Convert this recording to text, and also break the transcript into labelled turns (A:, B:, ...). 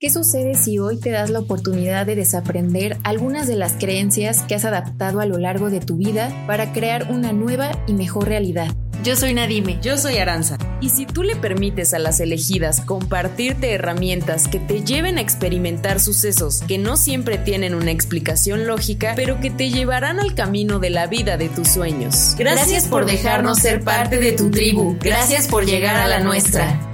A: ¿Qué sucede si hoy te das la oportunidad de desaprender algunas de las creencias que has adaptado a lo largo de tu vida para crear una nueva y mejor realidad?
B: Yo soy Nadime.
C: Yo soy Aranza.
D: Y si tú le permites a las elegidas compartirte herramientas que te lleven a experimentar sucesos que no siempre tienen una explicación lógica, pero que te llevarán al camino de la vida de tus sueños.
B: Gracias por dejarnos ser parte de tu tribu. Gracias por llegar a la nuestra.